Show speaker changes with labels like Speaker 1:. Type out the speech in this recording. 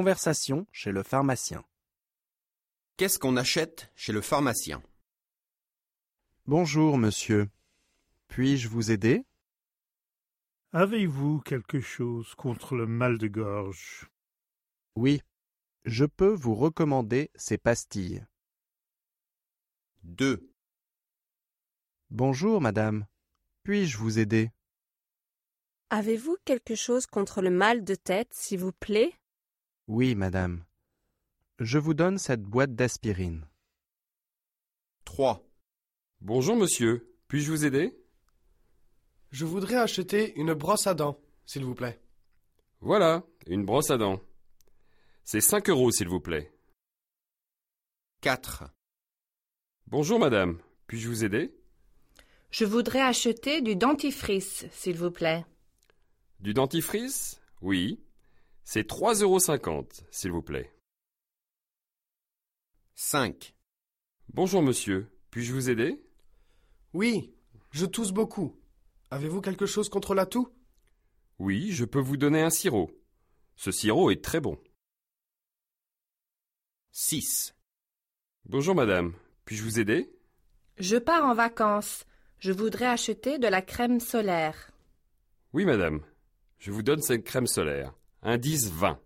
Speaker 1: Conversation chez le pharmacien.
Speaker 2: Qu'est-ce qu'on achète chez le pharmacien
Speaker 1: Bonjour, monsieur. Puis-je vous aider
Speaker 3: Avez-vous quelque chose contre le mal de gorge
Speaker 1: Oui. Je peux vous recommander ces pastilles.
Speaker 2: 2.
Speaker 1: Bonjour, madame. Puis-je vous aider
Speaker 4: Avez-vous quelque chose contre le mal de tête, s'il vous plaît
Speaker 1: Oui, madame. Je vous donne cette boîte d'aspirine.
Speaker 2: 3.
Speaker 5: Bonjour monsieur, puis-je vous aider
Speaker 6: Je voudrais acheter une brosse à dents, s'il vous plaît.
Speaker 5: Voilà, une brosse à dents. C'est 5 euros s'il vous plaît.
Speaker 2: 4.
Speaker 5: Bonjour madame, puis-je vous aider
Speaker 7: Je voudrais acheter du dentifrice, s'il vous plaît.
Speaker 5: Du dentifrice Oui. C'est 3,50 euros s'il vous plaît.
Speaker 2: 5.
Speaker 5: Bonjour monsieur, puis-je vous aider
Speaker 6: Oui, je tousse beaucoup. Avez-vous quelque chose contre la toux
Speaker 5: Oui, je peux vous donner un sirop. Ce sirop est très bon.
Speaker 2: 6.
Speaker 5: Bonjour madame, puis-je vous aider
Speaker 7: Je pars en vacances. Je voudrais acheter de la crème solaire.
Speaker 5: Oui madame, je vous donne cette crème solaire. Indice 20.